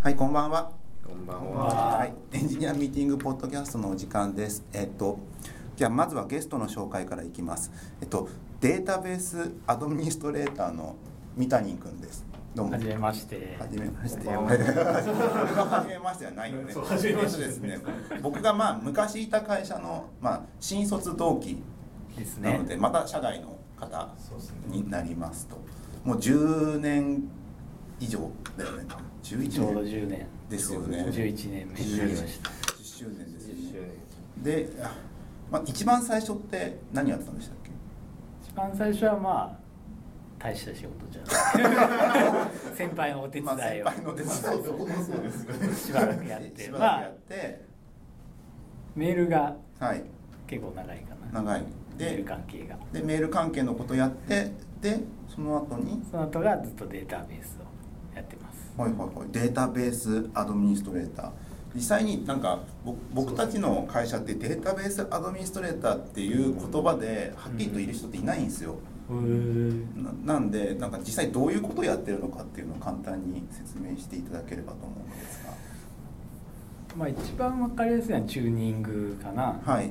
はい、こんばんは。こんばんは。はい、エンジニアミーティングポッドキャストのお時間です。えっと、じゃあまずはゲストの紹介からいきます。えっと、データベースアドミニストレーターの三谷くんです。どうも。はじめまして。はじめまして。こんばんははじめましてはないよね。そうはじめましてですね。僕がまあ昔いた会社のまあ新卒同期ですなねの。で、また社外の方そうですねになりますと、もう10年以上だよね。11年。ちょうど10年。ですよね。 11年目になりました。 10周年ですよ10周ね年。で、あまあ、一番最初って何やってたんでしたっけ一番最初はまあ大した仕事じ ゃない先輩のお手伝まあい先を輩の手伝いをしばらくや っしてばらくまやあって、メールがはい、結構長いかな。長い。メールで関係が。で、メール関係のことやって、で、その後に、その後がずっとデータベースをやってます。はいはいはい、データベースアドミニストレーター。実際になんかぼ僕たちの会社ってデータベースアドミニストレーターっていう言葉ではっきりといる人っていないんですよ。ななんでなんか実際どういうことをやってるのかっていうのを簡単に説明していただければと思うんですまあ一番わかりやすいのはチューニングかな。がはい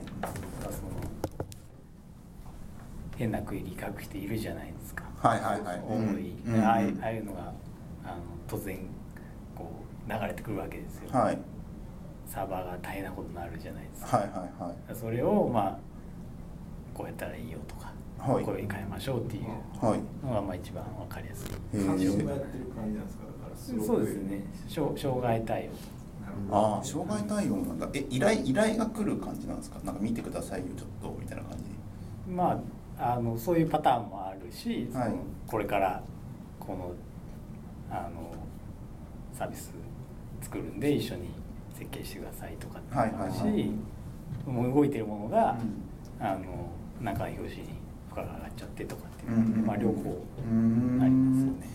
その変なクエリ書く人いるじゃないですか。はいはいはい多い、うんうんああいうああいうのがあの突然こう流れてくるわけですよ、はいサーバーが大変なことになるじゃないですか、はいはいはいそれをまあこうやったらいいよとか、はいこういうふうに変えましょうっていうはいのがまあ一番わかりやすいへー監視もやってる感じなんですかだからすごくそうですね障障害対応なるほどああ障害対応なんだえ依頼依頼が来る感じなんですかなんか見てくださいよちょっとみたいな感じまああのそういうパターンもあるし、そのはいこれからこのあのサービス作るんで一緒に設計してくださいとかっていうのもあるし、はいはいはいもう動いてるものが、うあのなんか表紙に負荷が上がっちゃってとかっていう、うんうんうんまあ、両方うんありますよね。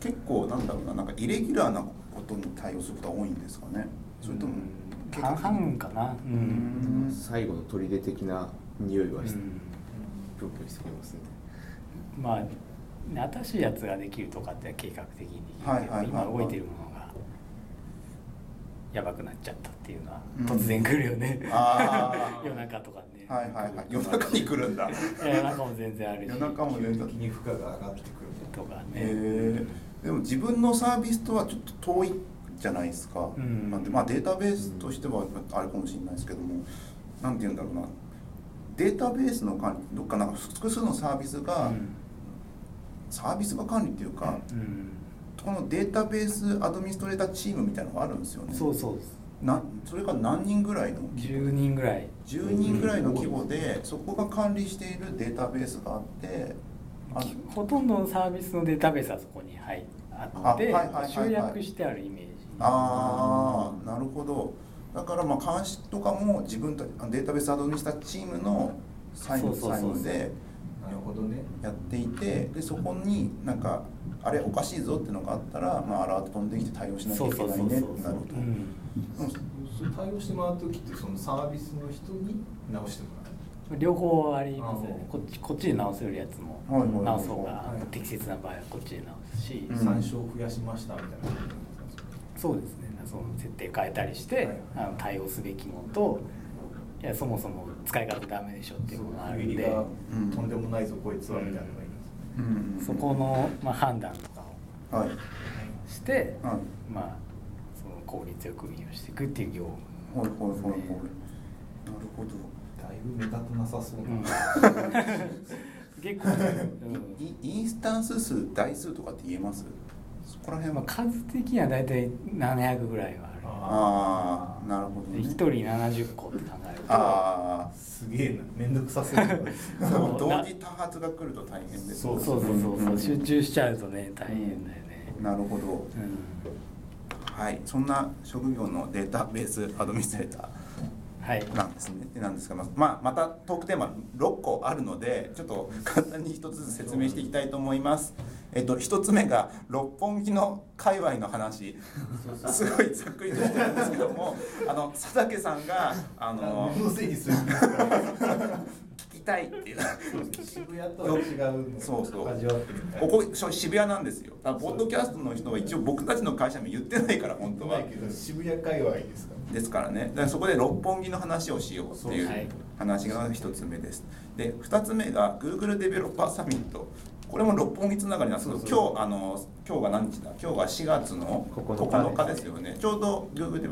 結構なんだろうななんかイレギュラーなことに対応することが多いんですかねそれともうん計画的に半々かな、ううんん最後の砦的な匂いはしうんプンプンしてきますね。まあ新しいやつができるとかって計画的にできるけど、はいはいはい今動いてるものがやばくなっちゃったっていうのはうん突然来るよね、あー 夜中とかねはいはいはい夜中に来るん だいや夜中も全然あるし夜中も夜急中激に負荷が上がってくるとかね、へえでも自分のサービスとはちょっと遠いじゃないですか、うんなんでまあデータベースとしてはあれかもしれないですけども何て言うんだろうなデータベースの管理どっかなんか複数のサービスが、サービスが管理っていうか、うんこのデータベースアドミニストレーターチームみたいなのがあるんですようんねそうそうですなそれが何人ぐらいの10人ぐらい10人ぐらいの規模でそこが管理しているデータベースがあってあほとんどのサービスのデータベースはそこに入っあってあはいはいはいはい集約してあるイメージああなるほどだからまあ監視とかも自分たちあデータベースアドミニスタチームのサインそうそうそうサインでなるほどねやっていてでそこになんかあれおかしいぞってのがあったら、まあ、アラート飛んできて対応しなきゃそいうけそうなそういそうねってなるとうんそれ対応してもらう時ってそのサービスの人に直してもらう両方ありますよねあこっちこっちで直せるやつもはいはいはいはい直そうが適切な場合はこっちで直すし、うん参照を増やしましたみたいな感じそうですねその設定変えたりして、はいあの対応すべきものといやそもそも使い方ダメでしょっていうものがあ区る切んりでがうんとんでもないぞこいつはみ たいなのがいいんですうねんそこの、まあ、判断とかはいをして、はいまあその効率よく運用していくっていう業務ほいほいほいほいなるねほどだいぶ目立たなさそううんな 結構、うんいインスタンス数台数とかって言えますそこら辺まはあ、数的には大体700ぐらいはあああなるほどるね1人70個って考えるとああすげえなめんどく さそうなそう同時多発が来ると大変ですねそうそうそうそうそう、ん集中しちゃうとね大変だよね、なるほどうんはいそんな職業のデータベースアドミニストレータはいーなんですねなんですが、まあまあ、またトークテーマ6個あるのでちょっと簡単に一つずつ説明していきたいと思いますえっと一つ目が六本木の界隈の話すごいざっくりとしてるんですけどもあの佐竹さんがあの 何のせいにするんですか聞ききたいっていう渋谷とは違うのそうそう味わってみたこいこそう渋谷なんですよだからポッドキャストの人は一応僕たちの会社名言ってないから本当なはいけど渋谷界隈ですかですからねだからそこで六本木の話をしようっていそうはいう話が1つ目ですで2つ目が Google デベロッパーサミットこれも六本木つながりなんですけど今日あの今日が何日だ今日が4月の9日ですよねちょうど Google デ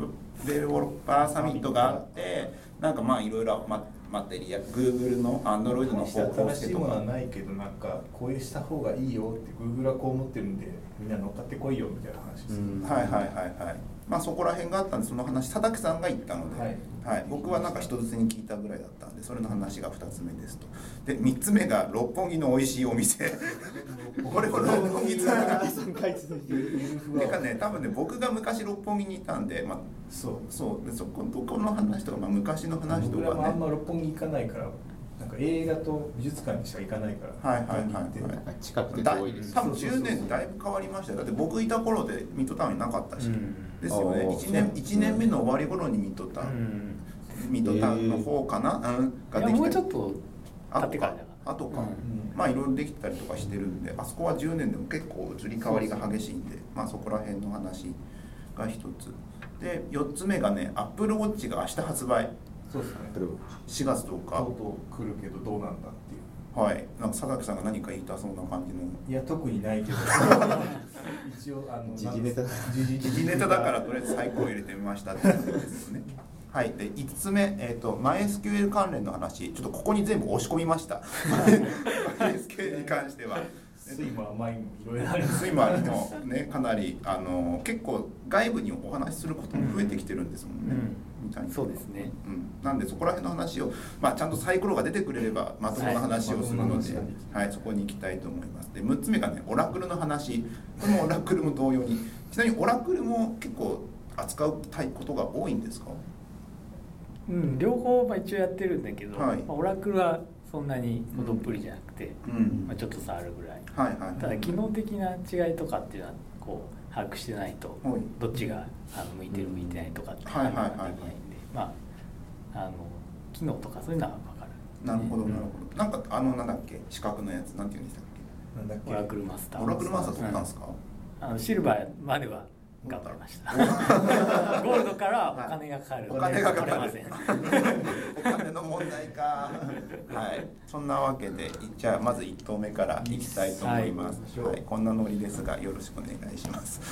ベロッパーサミットがあってなんかまあいろいろまマテリア Google の Android の大した方向正し性いとものはかないけどなんかこういうした方がいいよって Google はこう思ってるんでみんな乗っかってこいよみたいな話です、うんはいはいはいはいまあそこら辺があったんでその話佐竹さんが言ったので、ははいい僕はなんか人づてに聞いたぐらいだったんでそれの話が2つ目ですとで3つ目が六本木の美味しいお店これも六本木つ ながり3回続いてるてかね多分ね僕が昔六本木にいたんで、まあ、そうそうでそこどこの話とか、まあ、昔の話と僕らもあかんねま六本木行かないからなんか映画と美術館にしか行かないから、はいはいはいはい六本木行って近くてだい遠いです多分10年だいぶ変わりましたよだって僕いた頃でミッドタウンになかったし、うんですよねあー1年一年目の終わり頃にミッドタウン、ミッドタウンの方かな、うん、いがやできもたうりちょっとあ経とってからじゃなあとか、うんまあいろいろできたりとかしてるんであそこは10年でも結構移り変わりが激しいんでまあそこら辺の話が一つで4つ目がねアップルウォッチが明日発売そうですねこれを4月10とう日とう来るけどどうなんだっていうはいなんか佐々木さんが何か言いたそうな感じのいや特にないけど一応あの時事ネタ時時事ネタだから とりあえず最高を入れてみましたっていうことですよね はい、で5つ目、えーと、MySQL 関連の話、ちょっとここに全部押し込みま した、MySQL に関しては。水も甘いもいろいろある水回りのねかなりあの結構外部にお話しすることも増えてきてるんですもんね、うんみたいいなそうですねうん、なんでそこら辺の話を、まあ、ちゃんとサイコロが出てくれればまともな話をするはいのまとで、もはない話そこに行きたいと思いますで6つ目がねオラクルの話これもオラクルも同様にちなみにオラクルも結構扱うたいことが多いんですかうん両方まあ一応やってるんだけど、はいまあ、オラクルはそんなにこうどっぷりじゃなくて、うんまあ、ちょっと触るぐらいはいはいただ機能的な違いとかっていうのはこう把握してないとはいどっちがあの向いてる向いてないとかってはいはいはいはい判断できないんでまああの機能とかそういうのは分かるなるほどなるほどなんかあのなんだっけ四角のやつなんて言うんでしたっなんだっけオラクルマスタけーオラクルマスター取ったんですか、あのシルバーまでは頑張りました ゴールドからはお金がかかるお金がかか取るれません。 お金の問題か。はい。そんなわけで、じゃあまず一投目からいきたいと思います。ははいい、こんなノリですが、よろしくお願いします。